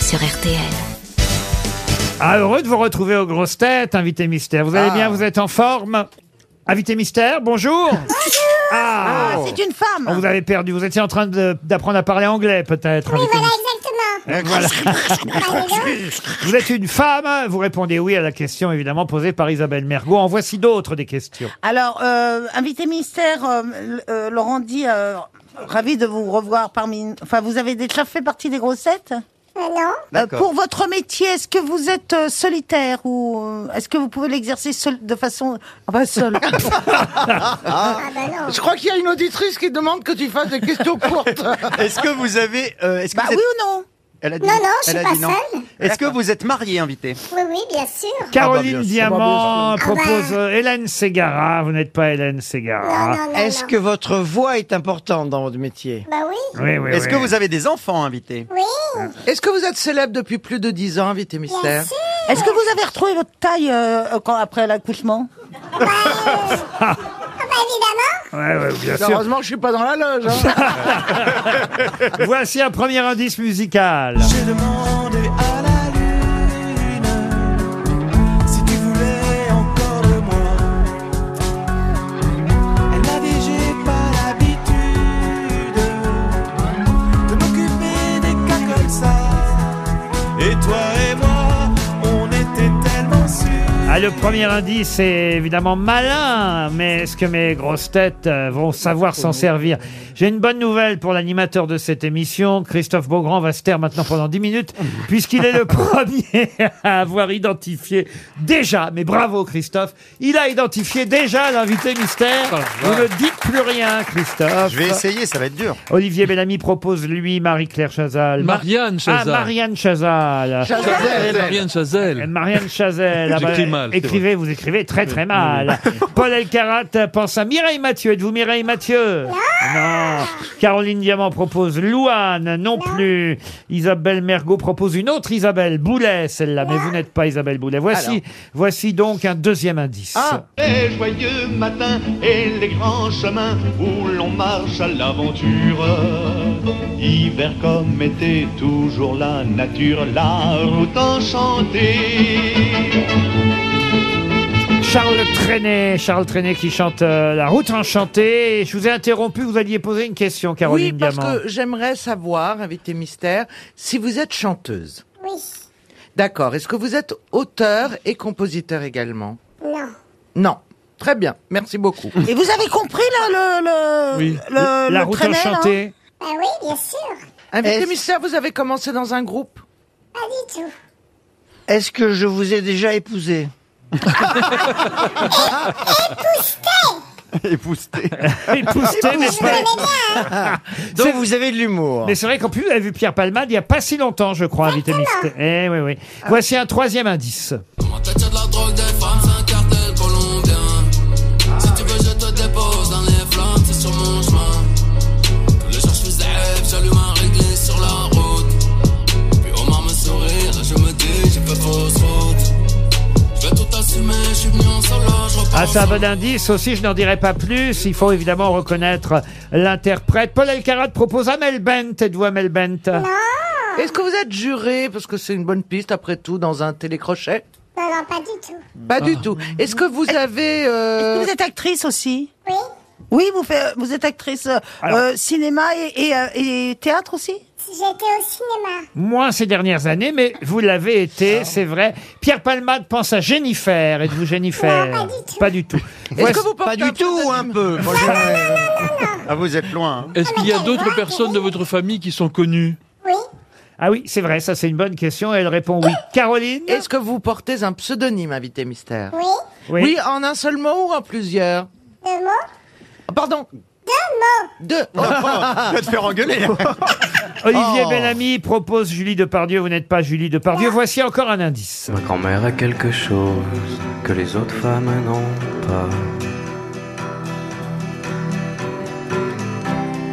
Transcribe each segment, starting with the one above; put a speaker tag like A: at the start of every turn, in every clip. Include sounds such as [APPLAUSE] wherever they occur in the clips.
A: sur RTL.
B: Ah, heureux de vous retrouver aux grosses têtes, invité mystère. Vous
C: Ah.
B: allez bien, vous êtes en forme Invité mystère, bonjour Ah,
D: c'est une femme.
B: Oh, Vous avez perdu, vous étiez en train de- d'apprendre à parler anglais peut-être. invité
E: Voilà,
B: mystère.
E: exactement.
B: Euh, voilà.
E: [LAUGHS]
B: vous êtes une femme, hein. vous répondez oui à la question évidemment posée par Isabelle Mergot. En voici d'autres des questions.
C: Ah,
D: Alors, euh, invité mystère, euh, euh, Laurent dit, euh, ravi de vous revoir parmi. Enfin, vous avez déjà fait partie des grossettes
E: Euh, non,
D: Euh, Pour votre métier, est-ce que vous êtes euh, solitaire ou euh, est-ce que vous pouvez l'exercer seul- de façon. Ah,
B: [LAUGHS]
D: bah, seul.
E: ah bah non.
F: Je crois qu'il y a une auditrice qui demande que tu fasses des questions courtes.
C: Est-ce que vous avez. euh, Est-ce que
D: bah,
C: vous
D: oui
C: êtes-
D: ou non
C: Elle a dit,
E: Non, non, je
C: elle
E: suis
C: a
E: pas
C: dit non.
E: seule.
C: Est-ce que vous êtes marié, invité
E: [LAUGHS] Oui, oui, bien sûr.
B: Caroline
C: bah, bien sûr.
B: Diamant propose
E: Ah
B: euh, Hélène Ségara. Vous n'êtes pas Hélène
E: Non,
B: Ségara.
E: non, non.
F: Ah, Est-ce
E: non.
F: que votre voix est importante dans votre métier
E: Bah oui.
B: Oui, oui,
C: Est-ce
B: oui.
C: que vous avez des enfants, invité
E: Oui.
F: Est-ce que vous êtes célèbre depuis plus de 10 ans, invité mystère
D: Est-ce que vous avez retrouvé votre taille euh, euh, quand, après l'accouchement
F: [LAUGHS]
E: Ah bah
B: Ouais,
E: évidemment.
B: ouais, bien sûr.
F: Heureusement, je suis pas dans la loge. hein.
B: [LAUGHS] Voici un premier indice musical.
G: J'ai demandé à la lune si tu voulais encore de moi. Elle m'a dit j'ai pas l'habitude de m'occuper des cas comme ça. Et toi et moi, on était tellement sûrs.
B: Ah, le premier indice c'est évidemment malin, mais est-ce que mes grosses têtes euh, vont savoir s'en servir J'ai une bonne nouvelle pour l'animateur de cette émission. Christophe Beaugrand va se taire maintenant pendant 10 minutes, puisqu'il
F: [LAUGHS]
B: est le premier à avoir identifié déjà, mais bravo Christophe, il a identifié déjà l'invité mystère. Vous ne dites plus rien, Christophe.
C: Je vais essayer, ça va être dur.
B: Olivier Bellamy propose lui Marie-Claire Chazal. Mar-
H: Marianne Chazal.
B: Ah, Marianne Chazal.
H: Chazelle, Marianne
B: Et
H: Chazelle.
B: Marianne Chazelle. ah bah,
H: J'écris mal, c'est
B: Écrivez, vous écrivez très très mal. Paul Elkarat pense à Mireille Mathieu. Êtes-vous Mireille Mathieu Non. Caroline Diamant propose Louane, non plus. Isabelle Mergot propose une autre Isabelle Boulet, celle-là. Mais vous n'êtes pas Isabelle Boulet. Voici, voici donc un deuxième indice.
H: Ah.
I: Les joyeux matins et les grands chemins où l'on marche à l'aventure. Hiver comme été, toujours la nature, la route enchantée.
B: Charles Trenet, Charles Trenet qui chante euh, La Route Enchantée. Je vous ai interrompu, vous alliez poser une question,
F: Oui,
B: Caroline
F: parce
B: Diamant.
F: que j'aimerais savoir, invité mystère, si vous êtes chanteuse.
E: Oui.
F: D'accord. Est-ce que vous êtes auteur et compositeur également
E: Non.
F: Non. Très bien. Merci
C: [LAUGHS]
F: beaucoup.
D: Et vous avez compris là le le
H: Oui.
D: le, le
B: la Route
D: traîner, là
B: Enchantée.
E: Bah oui, bien sûr.
F: Invité mystère, vous avez commencé dans un groupe
E: Pas du tout.
F: Est-ce que je vous ai déjà [LAUGHS] épousé
C: Épousté.
B: Et Pousté, mais
E: Je
B: pas-
E: connais bien.
F: Donc vous avez de l'humour.
B: Mais c'est vrai qu'en plus, vous avez vu Pierre Palmade il n'y a pas si longtemps, je crois, invité mystère. Eh oui, oui. Voici un troisième indice.
G: Comment te tire de la drogue des femmes, c'est un cartel colombien. Si tu veux, je te dépose dans les flammes, c'est sur mon chemin. Tous les jours, je suis zèbre, j'allume un réglé sur la route. Puis Omar me sourire et je me dis, j'ai fait fausse route. Je vais tout assumer, je suis venu en solo, je repense.
B: Ah, c'est un bon indice aussi, je n'en dirai pas plus. Il faut évidemment reconnaître l'interprète. Paul Elkarat propose Amel Bent. Êtes-vous Amel Bent
F: Est-ce que vous êtes juré, parce que c'est une bonne piste après tout, dans un télécrochet
E: Bah Non, non, pas du tout.
F: Pas du tout. Est-ce que vous avez...
D: Est-ce que
F: euh,
D: vous êtes actrice aussi
E: Oui.
D: Oui, vous, fait- vous êtes actrice euh,
B: Alors-
D: euh, cinéma et, et, euh, et théâtre aussi
E: Si J'étais au cinéma.
B: Moins ces dernières années, mais vous l'avez été, c'est vrai. Pierre Palmade pense à Jennifer. Êtes-vous Jennifer
E: Non, pas du
B: Pas du tout.
E: tout.
F: Est-ce
B: Voici-
F: que vous portez
C: Pas du tout,
F: hein.
C: un peu. Moi, je- Ah, vous êtes loin. hein.
H: Est-ce qu'il y a d'autres personnes de votre famille qui sont connues
E: Oui.
B: Ah oui, c'est vrai, ça c'est une bonne question. Elle répond oui. Caroline
F: Est-ce que vous portez un pseudonyme, invité mystère
E: Oui.
B: Oui.
F: en un seul mot ou en plusieurs
E: Deux mots.
F: Ah, Pardon Deux mots Oh, Deux
H: Ah,
C: Tu vas te faire engueuler.
F: [LAUGHS]
B: Olivier
C: Oh.
B: Bellamy propose Julie Depardieu. Vous n'êtes pas Julie Depardieu. Voici encore un indice.
G: Ma grand-mère a quelque chose que les autres femmes n'ont pas.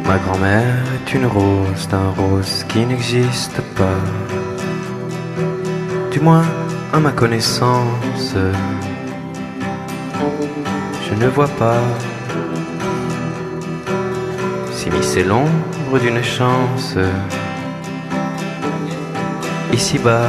G: Ma grand-mère est une rose d'un rose qui n'existe pas. Du moins, à ma connaissance, je ne vois pas s'immiscer l'ombre d'une chance.
J: ici-bas.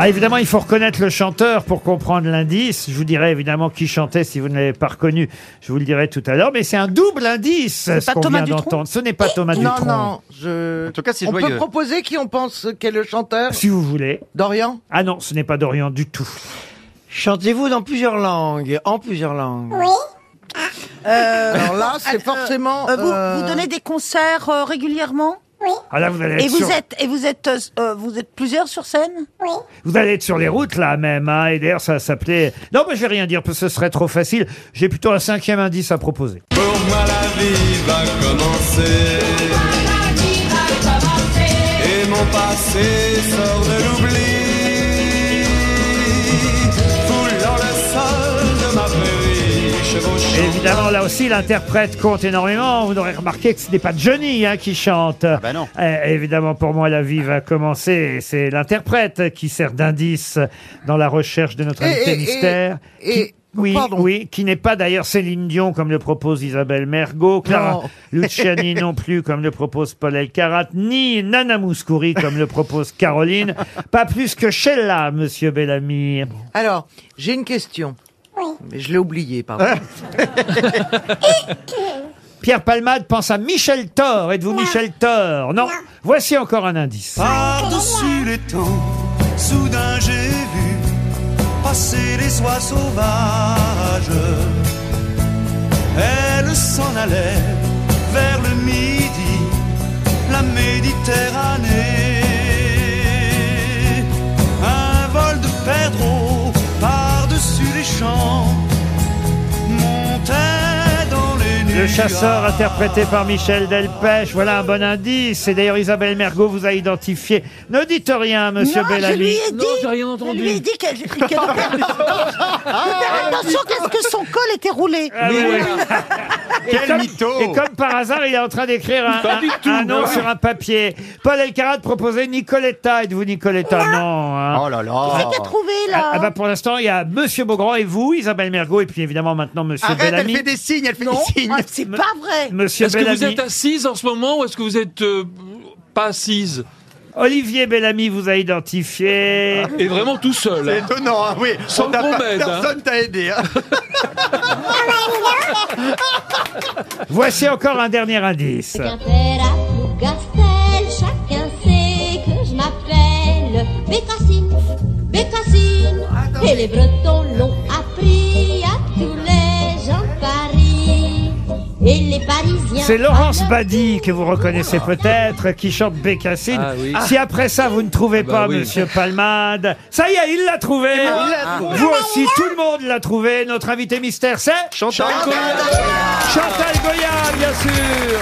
B: Ah, évidemment, il faut reconnaître le chanteur pour comprendre l'indice. Je vous dirai évidemment qui chantait si vous ne l'avez pas reconnu. Je vous le dirai tout à l'heure. Mais c'est un double indice. C'est
K: pas Thomas Dutronc
B: Ce n'est pas Thomas
L: Non,
B: Dutronc.
L: non, je...
F: En tout cas, c'est
L: On peut
F: joyeux.
L: proposer qui on pense qu'est le chanteur
B: Si vous voulez.
L: Dorian
B: Ah non, ce n'est pas Dorian du tout.
J: Chantez-vous dans plusieurs langues, en plusieurs langues.
E: Oui.
K: Euh,
L: Alors là, c'est
K: euh,
L: forcément...
K: euh, vous,
L: euh,
K: vous donnez des concerts euh, régulièrement
E: Oui.
B: Ah là, vous allez être,
K: et vous,
B: sur...
K: êtes, et vous êtes euh, euh, vous êtes plusieurs sur scène
E: Oui.
B: vous allez être sur les routes là même. hein. Et d'ailleurs, ça s'appelait. Non, mais je vais rien dire parce que ce serait trop facile. J'ai plutôt un cinquième indice à proposer.
G: Pour moi la vie va commencer Et mon passé sort de l'oubli Foulant le sol de ma prairie
B: Et
G: Chevauchant
B: évidemment, là aussi, l'interprète compte énormément. Vous aurez remarqué que ce n'est pas Johnny hein, qui chante.
F: bah non.
B: Euh, évidemment, pour moi, la vie va commencer. Et C'est l'interprète qui sert d'indice dans la recherche de notre
L: Et-
B: invité
L: et- et-
B: mystère.
L: et- oh,
B: Qui- oui,
L: pardon.
B: oui, qui n'est pas d'ailleurs Céline Dion comme le propose Isabelle Mergot,
L: [LAUGHS]
B: Clara Luciani non plus comme le propose Paul Elkarat, ni Nana Mouskouri comme le propose Caroline, pas plus que Sheila, monsieur Bellamy.
L: Alors, j'ai une question.
E: Oui.
L: Mais je l'ai oubliée, pardon.
F: Euh,
B: Pierre Palmade pense à Michel Thor. Êtes-vous Michel Thor non.
E: Non.
B: Voici encore un
G: Ah.
B: indice.
G: Par-dessus les temps, soudain j'ai vu passer les soies sauvages. Elles s'en allaient vers le midi, la Méditerranée. Un vol de perdreaux par-dessus les champs montait dans les nuages.
B: Le chasseur interprété par Michel Delpech. Voilà un bon indice. Et d'ailleurs, Isabelle Mergot vous a identifié. Ne dites rien, monsieur
K: Non, je lui
B: Bellamy.
K: ai dit,
H: Non, j'ai rien
K: je lui ai
H: entendu.
K: dit qu'elle qu'elle
H: [LAUGHS]
K: devait faire attention parce que son col était roulé.
B: Ah oui, oui. Et,
F: Quel
B: comme,
F: mytho
B: et comme par hasard, il est en train d'écrire un,
H: Pas du
B: un-
H: tout,
B: un nom
H: ouais.
B: sur un papier. Paul Elkarat proposait Nicoletta. Êtes-vous Nicoletta Non. hein.
F: Oh là là.
K: C'est qu'à trouver
B: Ah,
K: là.
B: ah bah, pour l'instant, il y a Monsieur Beaugrand et vous, Isabelle Mergot, et puis évidemment maintenant Monsieur
F: Arrête, elle
B: Bellamy.
F: fait des signes, elle fait
K: non,
F: des signes.
K: ah, c'est pas vrai.
B: Monsieur
H: Est-ce que vous
B: Bellamy.
H: êtes assise en ce moment ou est-ce que vous êtes euh, pas assise
B: Olivier Bellamy vous a identifié.
H: Et vraiment tout seul.
F: C'est
H: hein.
F: étonnant, hein, oui.
H: Sans
F: On n'a pas-
H: promesse, hein.
F: Personne t'a aidé. hein.
B: Voici encore un dernier indice.
A: Quimper à Plougastel, chacun sait que je m'appelle Bécassine, Bécassine. Et les Bretons l'ont appris à tous les gens de Paris. Et les Parisiens.
B: C'est Laurence
A: à leur
B: Badi que vous reconnaissez peut-être, qui chante Bécassine.
H: Ah oui.
B: Si après ça vous ne trouvez
H: bah
B: pas
H: oui.
B: Monsieur Palmade, ça y est, il l'a trouvé. Ah. Vous aussi, tout le monde l'a trouvé. Notre invité mystère, c'est
F: Chantal
B: Chantal Goya, bien sûr.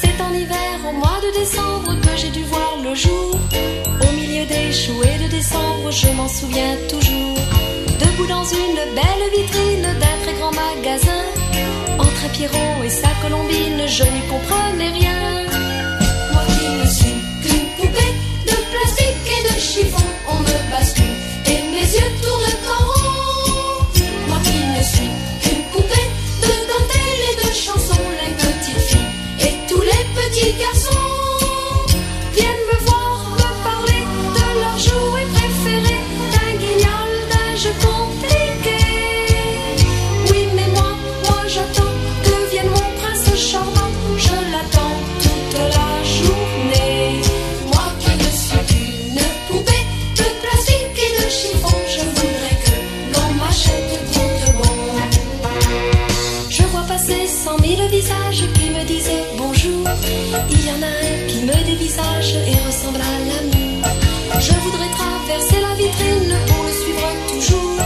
A: C'est en hiver, au mois de décembre, que j'ai dû voir le jour. Au milieu des chouets de décembre, je m'en souviens toujours. Debout dans une belle vitrine d'un très grand magasin, entre Pierrot et sa colombine, je n'y comprenais rien. Moi qui ne suis qu'une poupée de plastique et de chiffon, on me bascule et mes yeux tournent en rond. Moi qui ne suis qu'une poupée de dentelle et de chansons, les petites filles et tous les petits garçons viennent me voir, me parler de leurs jouets préférés, d'un guignol, d'un jeu compliqué. Oui, mais moi, moi j'attends que vienne mon prince charmant, je l'attends toute la journée. Moi qui ne suis qu'une poupée de plastique et de chiffon, je voudrais que l'on m'achète compte bon. Je vois passer cent mille visages qui me disaient bonjour. Il y en a un qui me dévisage et ressemble à l'amour. Je voudrais traverser la vitrine pour le suivre toujours.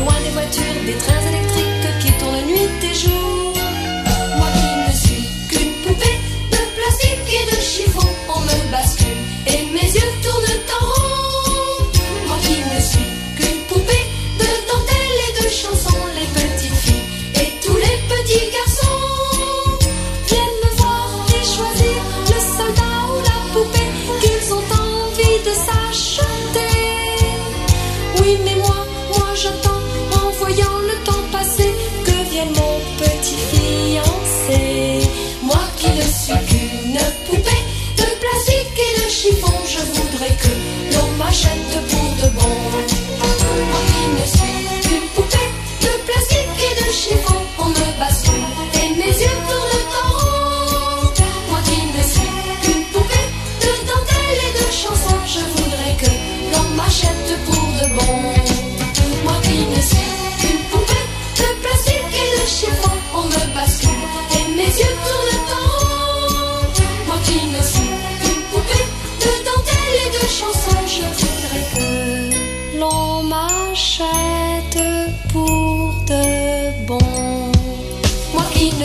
A: Loin des voitures, des trains électriques qui tournent nuit et jour. Moi qui ne suis qu'une poupée de plastique et de chiffon, on me bascule et mes yeux tournent en rond. Moi qui ne suis qu'une poupée de dentelle et de chansons, les petites filles et tous les petits garçons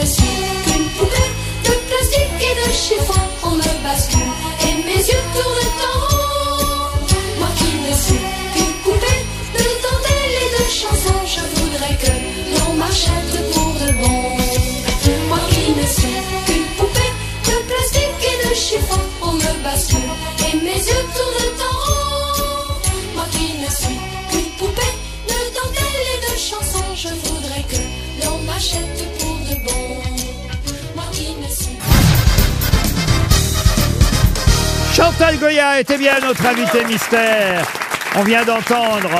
A: suis qu'une poupée de plastique et de chiffon. On me bascule et mes yeux tournent en rond. Moi qui ne suis qu'une poupée de dentelle et de chanson, je voudrais que l'on m'achète pour de bon. Moi qui ne suis qu'une poupée de plastique et de chiffon, on me bascule et mes yeux tournent en rond. Moi qui ne suis qu'une poupée de dentelle et de chanson, je voudrais que l'on m'achète pour de bon. Moi qui ne suis
B: Chantal Goya était bien notre invité mystère. On vient d'entendre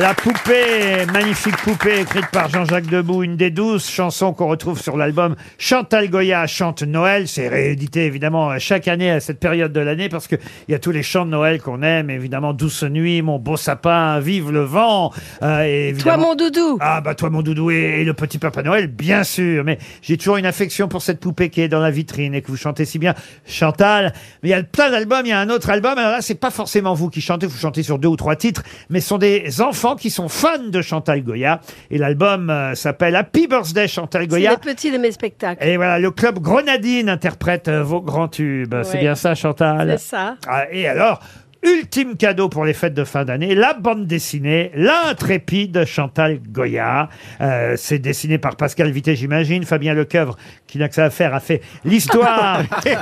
B: la poupée, magnifique poupée écrite par Jean-Jacques Debout, une des douze chansons qu'on retrouve sur l'album Chantal Goya chante Noël. C'est réédité évidemment chaque année à cette période de l'année parce que il y a tous les chants de Noël qu'on aime, évidemment Douce Nuit, Mon Beau Sapin, Vive le Vent. euh, et évidemment-
D: Toi, mon doudou.
B: Ah bah toi mon doudou et, et le petit Papa Noël, bien sûr. Mais j'ai toujours une affection pour cette poupée qui est dans la vitrine et que vous chantez si bien, Chantal. Mais il y a plein d'albums, il y a un autre album. Alors là, c'est pas forcément vous qui chantez, vous chantez sur deux ou trois titres, mais ce sont des enfants qui sont fans de Chantal Goya. Et l'album euh, s'appelle Happy Birthday Chantal
D: C'est les
B: Goya.
D: petits de mes spectacles.
B: Et voilà, le club Grenadine interprète euh, vos grands tubes. C'est
D: Ouais.
B: bien ça, Chantal
D: C'est ça.
B: ah, et alors, ultime cadeau pour les fêtes de fin d'année, la bande dessinée, l'intrépide Chantal Goya. Euh, c'est dessiné par Pascal Vité, j'imagine. Fabien Lecoeuvre, qui n'a que ça à faire, a fait
D: [LAUGHS]
B: l'histoire.
D: C'est-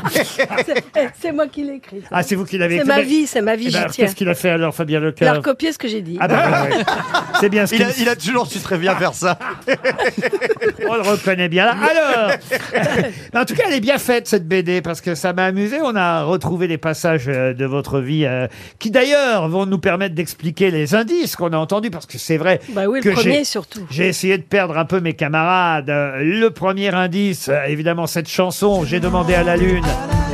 D: eh, C'est moi qui l'ai écrit. ça.
B: ah, c'est vous qui l'avez
D: C'est
B: écrit.
D: ma
B: Mais-
D: vie, c'est ma vie,
B: Eh ben,
D: j'y tiens.
B: Qu'est-ce qu'il a fait alors, Fabien
D: Il a
B: Lecoeuvre
D: recopié ce que j'ai dit.
B: Ah bah ouais, ouais. C'est bien ce
F: Il
B: qu'il
F: a, il a toujours su très bien faire ça.
B: On le reconnaît bien là. Alors, mais en tout cas, elle est bien faite cette BD parce que ça m'a amusé. On a retrouvé des passages euh, de votre vie euh, qui d'ailleurs vont nous permettre d'expliquer les indices qu'on a entendus parce que c'est vrai
D: Bah oui, le
B: que
D: premier
B: j'ai-
D: surtout.
B: J'ai essayé de perdre un peu mes camarades. Euh, Le premier indice, euh, évidemment, cette chanson, j'ai demandé à la lune.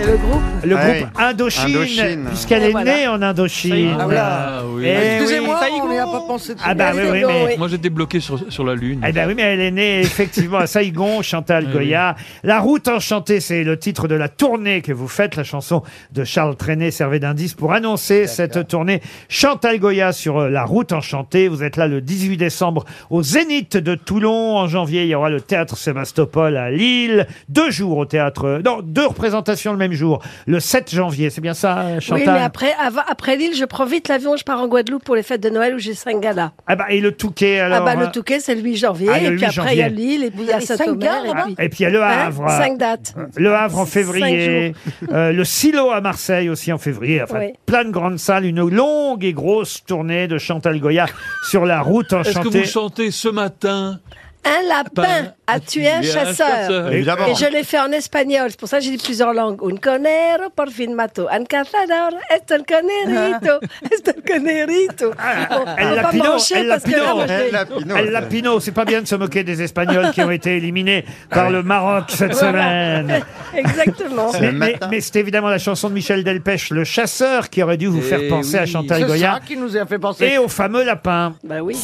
D: Et le groupe.
B: Le
F: Ah
B: groupe
F: oui.
B: Indochine,
F: Indochine.
B: puisqu'elle
D: Et
B: est
D: voilà.
B: née en Indochine.
H: Ah voilà. oui.
B: Eh oui.
L: Excusez-moi, on n'y a pas pensé tout
B: Ah bah oui, oui, mais-
H: Moi j'étais bloqué sur, sur la Lune.
B: Eh ben oui, mais elle est née effectivement à Saigon, Chantal Goya. La route enchantée, c'est le titre de la tournée que vous faites. La chanson de Charles Trenet servait d'indice pour annoncer cette tournée. Chantal Goya sur euh, la route enchantée. Vous êtes là le 18 décembre au Zénith de Toulon. En janvier, il y aura le théâtre Sébastopol à Lille. Deux jours au théâtre. euh, Non, deux représentations le même jour. Le 7 janvier, c'est bien ça, euh,
D: Oui,
B: Chantal
D: mais après, avant- après Lille, je prends vite l'avion, je pars en Guadeloupe pour les fêtes de Noël où j'ai cinq galas.
B: Ah bah, et le Touquet alors
D: ah bah
B: hein.
D: le Touquet, c'est le 8 janvier,
B: Ah, le
D: et
B: 8
D: puis après il y a
B: janvier.
D: Lille, et puis il y a
K: avez cinq
D: Saint-Omer,
K: gares,
D: et puis...
B: Et puis il y a le
D: Hein,
B: Havre.
D: cinq dates.
B: Le Havre en
D: Cinq
B: février, euh, le Silo à Marseille aussi en février, enfin
D: Oui.
B: plein de grandes salles, une longue et grosse tournée de Chantal Goya sur la route
H: Est-ce que
B: enchantée.
H: vous chantez ce matin
D: Un lapin
H: Pain.
D: a tué un
H: Il y a
D: chasseur.
F: Euh, Évidemment.
D: Et je l'ai fait en espagnol, c'est pour ça que j'ai dit plusieurs langues. Un conero por fin mato. Un cazador es un conerito. Es un conerito. Bon,
B: El
D: faut pas
B: Lapino,
D: me hancher
B: El
D: parce que là,
B: Lapino.
D: moi, je l'ai-
F: Elle l'a pino.
B: El Lapino, c'est pas bien de se moquer des Espagnols qui ont été éliminés par le Maroc cette semaine.
D: Exactement.
F: C'est
B: Mais,
F: le
B: mais-
F: matin.
B: mais c'est évidemment la chanson de Michel Delpech, Le Chasseur, qui aurait dû vous faire
H: Eh
B: penser à
H: oui.
B: Chantal
L: C'est
B: Goya
L: ça qui nous a fait penser.
B: et au fameux lapin.
D: Bah oui.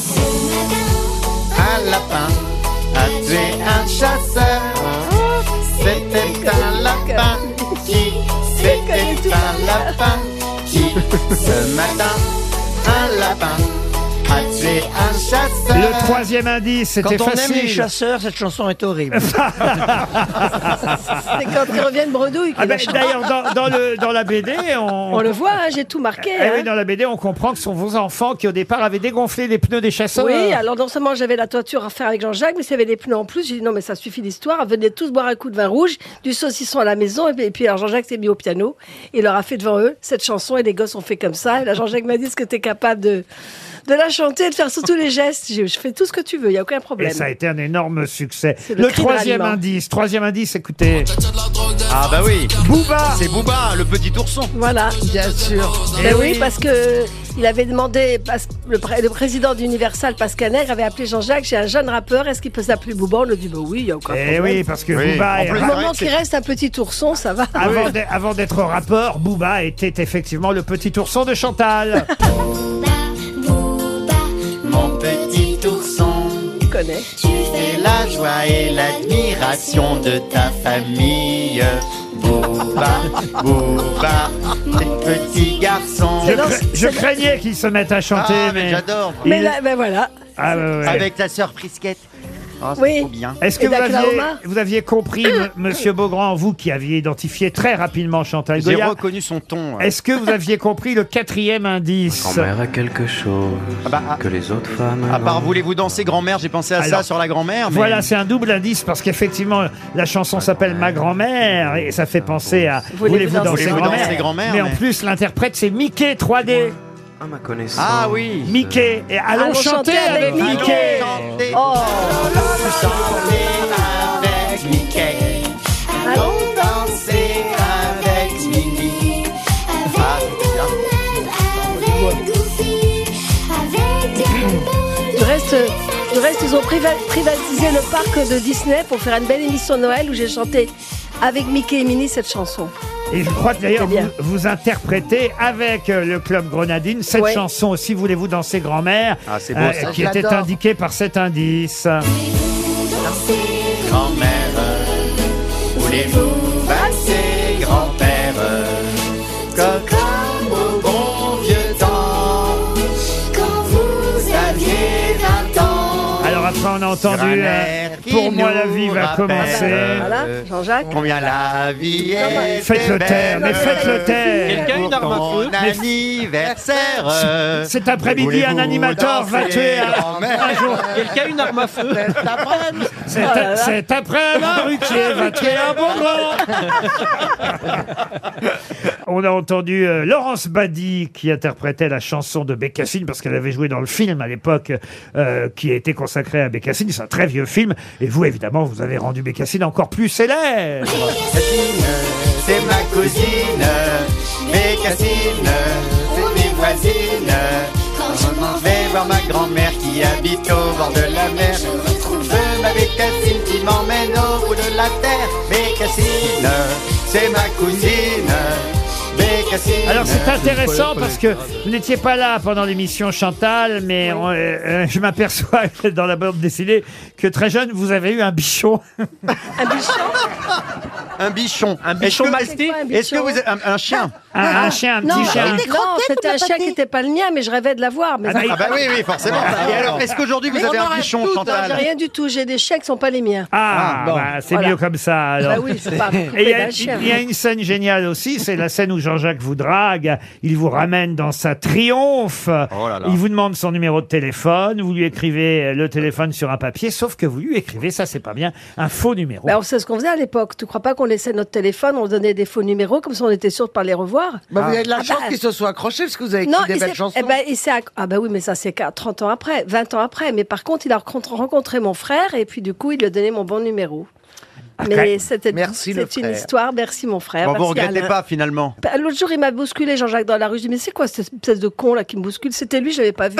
F: Un lapin a tué un chasseur. C'était un lapin qui, c'était un lapin qui, ce matin, un lapin a tué un chasseur.
B: Le troisième indice,
L: Quand
B: c'était
L: on aime
B: facile.
L: les chasseurs, cette chanson est
B: [LAUGHS]
L: horrible.
D: C'est quand ils reviennent bredouille
B: Ah
D: qu'ils
B: ben,
D: le chantent.
B: D'ailleurs, dans, dans le, dans la BD,
D: On le voit, hein, j'ai tout marqué.
B: Eh
D: hein.
B: oui, dans la BD, on comprend que ce sont vos enfants qui, au départ, avaient dégonflé les pneus des chasseurs.
D: Oui, alors non seulement j'avais la toiture à faire avec Jean-Jacques, mais s'il y avait des pneus en plus, j'ai dit non, mais ça suffit l'histoire. Venez tous boire un coup de vin rouge, du saucisson à la maison. Et puis, et puis, alors Jean-Jacques s'est mis au piano et leur a fait devant eux cette chanson et les gosses ont fait comme ça. Et là, Jean-Jacques m'a dit est-ce que t'es capable de, de la chanter, de faire surtout les gestes J'ai dit, Je fais tout ce que tu veux, il n'y a aucun
B: Et
D: problème.
B: ça a été un énorme succès.
D: C'est
B: Le,
D: le cri de
B: troisième
D: ralliement.
B: indice, troisième indice, écoutez.
F: Ah bah oui,
B: Booba
F: c'est Booba, le petit ourson.
D: Voilà.
L: Bien sûr.
B: Eh
D: Ben oui, parce que il avait demandé, parce que le, pré- le président d'Universal, Pascaner, avait appelé Jean-Jacques, j'ai un jeune rappeur, est-ce qu'il peut s'appeler Bouba On lui a dit, bah oui, il n'y a aucun
B: Eh
D: problème.
B: oui, parce que
F: Oui,
B: Booba,
F: en plus,
D: Du
B: euh,
D: moment qu'il reste un petit ourson, ça va.
B: avant d'être- avant d'être rappeur, Booba était effectivement le petit ourson de
D: [LAUGHS]
B: Chantal.
D: Ah
E: Booba,
F: Mon petit ourson,
D: Tu connais.
E: tu fais
F: et la joie et l'admiration de ta famille. Booba, Booba, petit garçon.
B: Je, cra- je craignais qu'il se mette à chanter,
F: Ah, mais j'adore.
B: il-
D: Mais là, ben voilà.
B: Ah, ouais, ouais.
F: Avec ta sœur Frisquette. Ah, c'est
D: Oui.
F: trop bien.
B: Est-ce que
D: Et
B: vous aviez,
D: d'Oklahoma
B: vous aviez
D: [COUGHS]
B: compris, m- monsieur Beaugrand, vous qui aviez identifié très rapidement Chantal
F: J'ai
B: Goya
F: reconnu son ton.
B: Est-ce que vous aviez compris le quatrième indice
M: Grand-mère a quelque chose que les autres femmes.
F: À part
M: n'ont
F: voulez-vous danser grand-mère, j'ai pensé à ça
B: Alors,
F: sur la grand-mère. mais-
B: Voilà, c'est un double indice parce qu'effectivement, la chanson s'appelle Ma grand-mère et ça fait penser à
F: Voulez-vous
B: Voulez-vous
F: danser
B: danser
F: Voulez-vous
B: grand-mère
F: danser grand-mère,
B: Mais en
F: mais-
B: plus, l'interprète, c'est Mickey 3D.
M: À ma connaissance.
F: Ah oui.
B: Mickey. Et allons,
D: Allons
B: chanter,
D: chanter
B: avec,
D: avec
B: Mickey.
D: Mickey. Oh,
G: avec Mickey. Allons danser avec Mini. Avec Goofy. Avec Gumball.
D: du reste, euh, du reste, ils ont priva- privatisé le parc de Disney pour faire une belle émission Noël où j'ai chanté avec Mickey et Minnie cette chanson.
B: Et je crois que d'ailleurs,
D: C'est bien.
B: vous, vous interprétez avec euh, le club Grenadine cette
D: Ouais.
B: chanson aussi, voulez-vous danser grand-mère euh,
F: Ah, c'est beau, ça.
B: Qui était
D: J'adore.
B: indiquée par cet indice.
F: Grand-mère, voulez-vous passer grand-père Comme au bon vieux temps,
G: Quand vous aviez 20 ans.
B: Alors après, on a entendu
F: Grand-mère
B: euh,
F: qui
B: Pour moi, la
F: nous
B: vie va
F: rappelle.
B: commencer.
F: Euh,
D: Voilà, Jean-Jacques.
F: combien la vie est
B: Faites-le taire, mais faites-le taire.
H: Quelqu'un a une arme à feu
F: anniversaire
B: Cet après-midi, un
F: voulez-vous
B: animateur va
F: danser,
B: tuer un,
F: grand-mère
B: un jour.
H: Quelqu'un a une arme à feu
B: Cet, cet après-midi, un routier va tuer un bon On a entendu euh, Laurence Badi qui interprétait la chanson de Bécassine parce qu'elle avait joué dans le film à l'époque euh, qui a été consacré à Bécassine. C'est un très vieux film. Et vous, évidemment, vous avez rendu Bécassine encore plus célèbre.
F: C'est ma cousine, Bécassine, c'est mes voisines. Quand je m'en vais voir ma grand-mère qui habite au bord de la mer, je retrouve ma Bécassine qui m'emmène au bout de la terre. Bécassine, c'est ma cousine, Bécassine.
B: Alors c'est intéressant parce que vous n'étiez pas là pendant l'émission Chantal, mais on- euh, euh, je m'aperçois [LAUGHS] que dans la bande dessinée que très jeune vous avez eu un bichon. [LAUGHS]
D: Un bichon.
F: Un bichon, un
D: bichon maltais quoi, un bichon
F: Est-ce que vous êtes un, un chien
B: Un, un chien, un petit
D: Non, bah
B: chien.
D: non, c'était un chien qui n'était pas le mien, mais je rêvais de l'avoir. Mais
B: Ah, bah,
D: ça-
F: Ah bah oui, oui, forcément. Et alors, est-ce qu'aujourd'hui vous
D: Mais
F: avez
D: on en
F: un
D: rêve
F: bichon,
D: tous, hein,
F: Chantal
D: J'ai rien du tout. J'ai des chiens qui sont pas les miens.
B: Ah,
F: Ah, bon.
B: bah, c'est
D: Voilà.
B: mieux comme ça. Alors.
D: Bah oui,
L: [LAUGHS]
D: c'est pas
B: Et il y,
D: coupé
B: a,
D: d'un chien.
B: il y a une scène géniale aussi, c'est la scène où Jean-Jacques vous drague, il vous ramène dans sa triomphe,
F: Oh là là.
B: il vous demande son numéro de téléphone, vous lui écrivez euh, le téléphone sur un papier, sauf que vous lui écrivez, ça c'est pas bien, un faux numéro.
D: Bah, on sait ce qu'on faisait à l'époque. Tu crois pas qu'on laissait notre téléphone, on donnait des faux numéros, comme ça on était sûr de pas les revoir
L: Bah, Vous avez de la chance
D: bah,
L: qu'ils se soient accrochés parce que vous avez écrit des
D: il
L: belles
D: s'est-
L: chansons.
D: eh ben, il s'est acc- ah bah oui, mais ça c'est qu'à 30 ans après, 20 ans après. Mais par contre, il a rencontré- rencontré mon frère et puis du coup, il lui a donné mon bon numéro.
B: ouais.
D: Mais c'était
L: Ah, Merci, le
D: c'est une
L: frère.
D: histoire. Merci mon frère.
F: Bon, vous
D: merci,
F: regrettez
D: Alain.
F: pas finalement.
D: Bah, L'autre jour, il m'a bousculé, Jean-Jacques, dans la rue. Je dis, mais c'est quoi cette espèce de con là qui me bouscule C'était lui, je l'avais pas vu.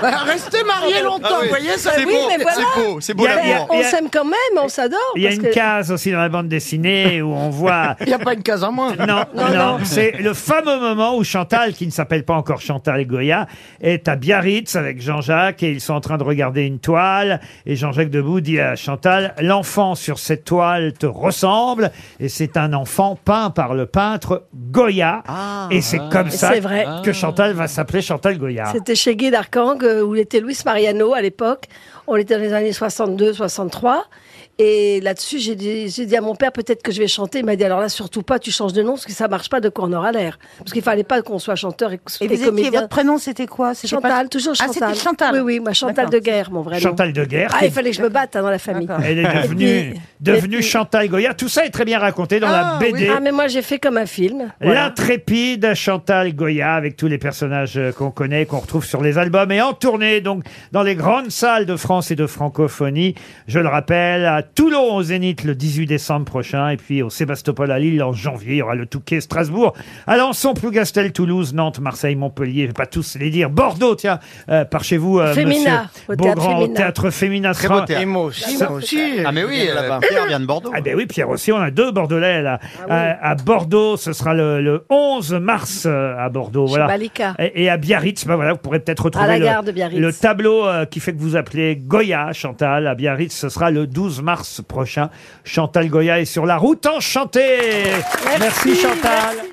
L: Bah, Restez
B: Ah
L: mariés longtemps, vous voyez, ça
D: C'est oui, beau, mais voilà. c'est
F: beau, c'est
B: beau Il y a- l'amour.
D: on s'aime quand même, on s'adore.
B: Il y a
D: parce
B: une
D: que-
B: case aussi dans la bande dessinée où on
D: [LAUGHS]
B: voit
L: Il n'y a pas une case en moins.
B: Non, non,
D: Non,
B: non.
D: non.
B: C'est le fameux moment où Chantal, qui ne s'appelle pas encore Chantal Goya, est à Biarritz avec Jean-Jacques et ils sont en train de regarder une toile. Et Jean-Jacques Debout dit à Chantal, l'enfant sur cette toile te ressemble et c'est un enfant peint par le peintre Goya. et c'est comme ça
D: Ah. C'est vrai.
B: que Chantal va s'appeler Chantal Goya.
D: C'était chez Guy d'Arcang, euh, où il était Luis Mariano à l'époque. On était dans les années 62, 63. Et là-dessus, j'ai dit, j'ai dit à mon père, peut-être que je vais chanter. Il m'a dit, alors là, surtout pas, tu changes de nom, parce que ça marche pas de quoi on aura l'air. Parce qu'il fallait pas qu'on soit chanteur et,
K: Et
D: et
K: vous étiez-
D: comédien.
K: votre prénom, c'était quoi C'était pas-
D: Chantal, toujours
K: Ah,
D: Chantal.
K: c'était Chantal.
D: Oui, oui, ma Chantal
K: D'accord.
D: de guerre, mon vrai nom.
B: Chantal de Guerre.
D: Ah,
B: qui-
D: il fallait que je me batte hein, dans la famille.
K: D'accord.
B: Elle est
D: [LAUGHS] Et
B: devenue,
D: puis-
B: devenue
D: et puis-
B: Chantal Goya. Tout ça est très bien raconté dans la
L: Ah,
B: BD.
D: Ah, mais moi, j'ai fait comme un film. Voilà.
B: L'intrépide Chantal Goya avec tous les personnages euh, qu'on connaît, qu'on retrouve sur les albums et en tournée donc dans les grandes salles de France et de francophonie. Je le rappelle, à Toulon au Zénith le 18 décembre prochain et puis au Sébastopol à Lille en janvier. Il y aura le Touquet, Strasbourg, Alençon, Plougastel, Toulouse, Nantes, Marseille, Montpellier. Je vais pas tous les dire. Bordeaux, tiens, euh, par chez vous, euh,
D: Fémina,
B: monsieur
D: au théâtre
B: Beaugrand, au
D: Fémina.
B: théâtre Féminin.
F: Très beau théâtre.
L: Et moi aussi, moi aussi.
F: Ah mais oui,
L: Je viens de
F: euh,
L: là-bas.
F: Pierre vient de Bordeaux.
B: Ah ben oui, Pierre aussi, on a deux Bordelais là.
D: Ah
B: Euh, à, à Bordeaux, ce sera le, le 11 mars euh, à Bordeaux.
D: Chez
B: voilà.
D: Malika.
B: Et, et à Biarritz, ben voilà, vous pourrez peut-être retrouver
D: la
B: le,
D: gare de Biarritz.
B: le tableau euh, qui fait que vous appelez Goya, Chantal. À Biarritz, ce sera le 12 mars prochain. Chantal Goya est sur la route enchantée. Merci, Chantal.